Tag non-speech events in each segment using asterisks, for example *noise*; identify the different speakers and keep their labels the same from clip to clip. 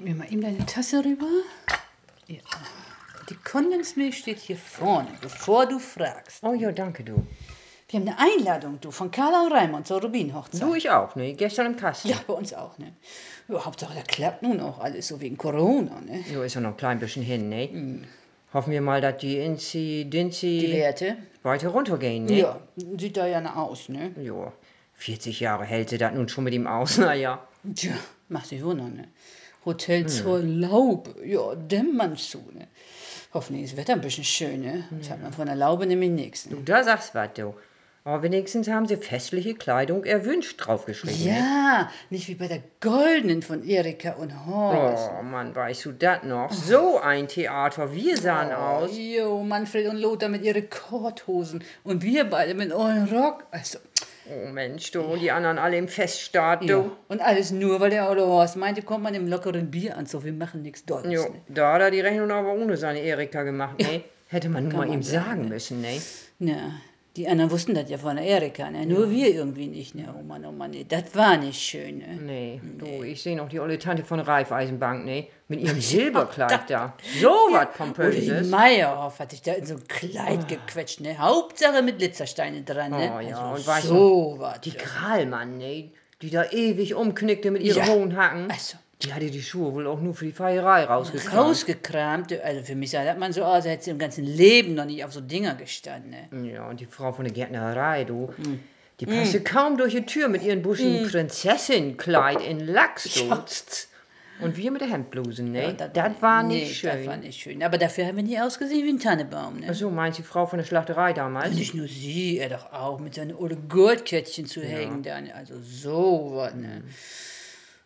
Speaker 1: eine Tasse rüber. Ja. Die Kondensmilch steht hier vorne, bevor du fragst.
Speaker 2: Oh ja, danke du.
Speaker 1: Wir haben eine Einladung, du, von Carla und Raimund zur Rubin-Hochzeit.
Speaker 2: Du, ich auch, ne? Gestern im Kasten.
Speaker 1: Ja, bei uns auch, ne? Ja, Hauptsache, da klappt nun auch alles so wegen Corona, ne?
Speaker 2: Jo, ist ja noch ein klein bisschen hin, ne? Hoffen wir mal, dass die Inzi,
Speaker 1: Hm. Die
Speaker 2: Dinzi
Speaker 1: Werte?
Speaker 2: weiter runtergehen, ne?
Speaker 1: Ja, sieht da ja nach aus, ne?
Speaker 2: Jo. 40 Jahre hält sie das nun schon mit ihm aus, *laughs* naja.
Speaker 1: Tja, macht sich wundern, ne? Hotel zur Laube, ja, dämmern zu, ne? Hoffentlich ist das Wetter ein bisschen schön, ne? Das hat man von der Laube nämlich nichts. Ne?
Speaker 2: Du, da sagst was, du. Aber wenigstens haben sie festliche Kleidung erwünscht draufgeschrieben. ne?
Speaker 1: Ja, nicht wie bei der goldenen von Erika und Horst.
Speaker 2: Oh Mann, weißt du das noch?
Speaker 1: Oh.
Speaker 2: So ein Theater, wir sahen Oh, aus.
Speaker 1: Jo, Manfred und Lothar mit ihren Korthosen und wir beide mit euren Rock. Also,
Speaker 2: Oh Mensch, du, die anderen alle im Feststaat,
Speaker 1: ja.
Speaker 2: du.
Speaker 1: Und alles nur, weil der Olle Horst meinte, kommt man im lockeren Bieranzug, wir machen nichts Dolles.
Speaker 2: Jo,
Speaker 1: Ne?
Speaker 2: da hat er die Rechnung aber ohne seine Erika gemacht, ne? Hätte man nur mal
Speaker 1: man
Speaker 2: ihm
Speaker 1: sagen,
Speaker 2: sagen müssen, ne?
Speaker 1: Na, die anderen wussten das ja von der Erika, ne? nur wir irgendwie nicht. Ne? Oh Mann, oh Mann, ne? das war nicht schön. Ne?
Speaker 2: Nee, du, ich sehe noch die olle Tante von Raiffeisenbank, ne? Mit ihrem Silberkleid *laughs* da. So
Speaker 1: Uli
Speaker 2: was Pompöses.
Speaker 1: Meyerhoff hat sich da in so ein Kleid gequetscht, ne? Hauptsache mit Glitzersteine dran, ne?
Speaker 2: Oh ja,
Speaker 1: also
Speaker 2: und weißt
Speaker 1: so was.
Speaker 2: Die Kralmann, ne? Die da ewig umknickte mit ihren
Speaker 1: Ja.
Speaker 2: hohen Hacken.
Speaker 1: Also,
Speaker 2: Die hatte die Schuhe wohl auch nur für die Feierei rausgekramt.
Speaker 1: rausgekramt. Also für mich sah das man so aus, als hätte sie im ganzen Leben noch nicht auf so Dinger gestanden. Ne?
Speaker 2: Ja, Hm. und die Frau von der Gärtnerei, du. Die passte kaum durch die Tür mit ihrem buschigen Prinzessinnenkleid in Lachs, du. Und wir mit der Hemdbluse, ne?
Speaker 1: Und
Speaker 2: das, war nicht
Speaker 1: nee,
Speaker 2: schön. Also-
Speaker 1: Das war nicht schön. Aber dafür haben wir nie ausgesehen wie ein Tannebaum. Ne?
Speaker 2: Ach so, meinst du die Frau von der Schlachterei damals?
Speaker 1: Nicht nur sie, er doch auch mit seinen Ole Gurtkettchen zu hängen. Dann. Also so was. Ne?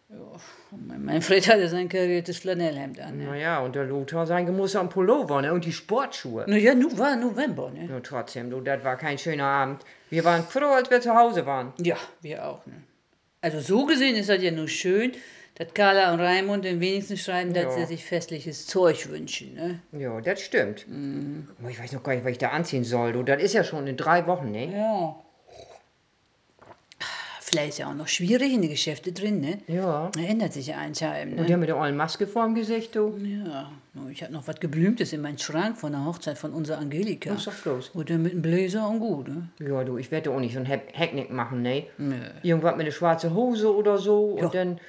Speaker 2: Mhm.
Speaker 1: Ja. Mein Manfred hatte sein kariertes Flanellhemd an. Ne?
Speaker 2: Naja, und der Lothar sein Gemuster am Pullover, ne? Und die Sportschuhe.
Speaker 1: Naja, nun war November. Ne?
Speaker 2: Nur trotzdem, du, das war kein schöner Abend. Wir waren froh, als wir zu Hause waren.
Speaker 1: Ja, wir auch. Ne? Also so gesehen ist das ja nur schön, dass Carla und Raimund den wenigsten schreiben, dass
Speaker 2: Ja.
Speaker 1: sie sich festliches Zeug wünschen. Ne?
Speaker 2: Ja, das stimmt.
Speaker 1: Hm.
Speaker 2: Aber ich weiß noch gar nicht, was ich da anziehen soll, du. Das ist ja schon in drei Wochen, ne?
Speaker 1: Ja. Vielleicht ist ja auch noch schwierig in die Geschäfte drin, ne?
Speaker 2: Ja.
Speaker 1: Da ändert sich ja ein Scheiben,
Speaker 2: Und
Speaker 1: ne?
Speaker 2: der mit der ollen Maske vorm Gesicht, du.
Speaker 1: Ja, nur ich hab noch was Geblümtes in meinen Schrank von der Hochzeit von unserer Angelika.
Speaker 2: Was ist bloß?
Speaker 1: Oder mit einem Bläser und gut, ne?
Speaker 2: Ja, du, ich werde auch nicht so ein Hack- Hacknick machen, ne?
Speaker 1: Nö.
Speaker 2: Irgendwas mit einer schwarzen Hose oder so.
Speaker 1: Ja.
Speaker 2: Und dann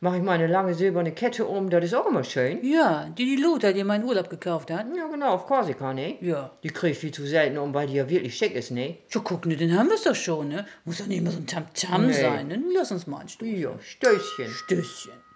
Speaker 2: mache ich mal eine lange silberne Kette um. Das ist auch immer schön.
Speaker 1: Ja, die, die Lothar, die meinen Urlaub gekauft hat.
Speaker 2: Ja, genau, auf Korsika, ne?
Speaker 1: Ja.
Speaker 2: Die kriege ich viel zu selten um, weil die ja wirklich schick ist, ne?
Speaker 1: Ja, guck, ne, den haben wir's doch schon, ne? Muss doch nicht immer so ein Tamtam
Speaker 2: Nee.
Speaker 1: sein, ne? Lass uns mal ein Stück.
Speaker 2: Ja, Stößchen.
Speaker 1: Stößchen.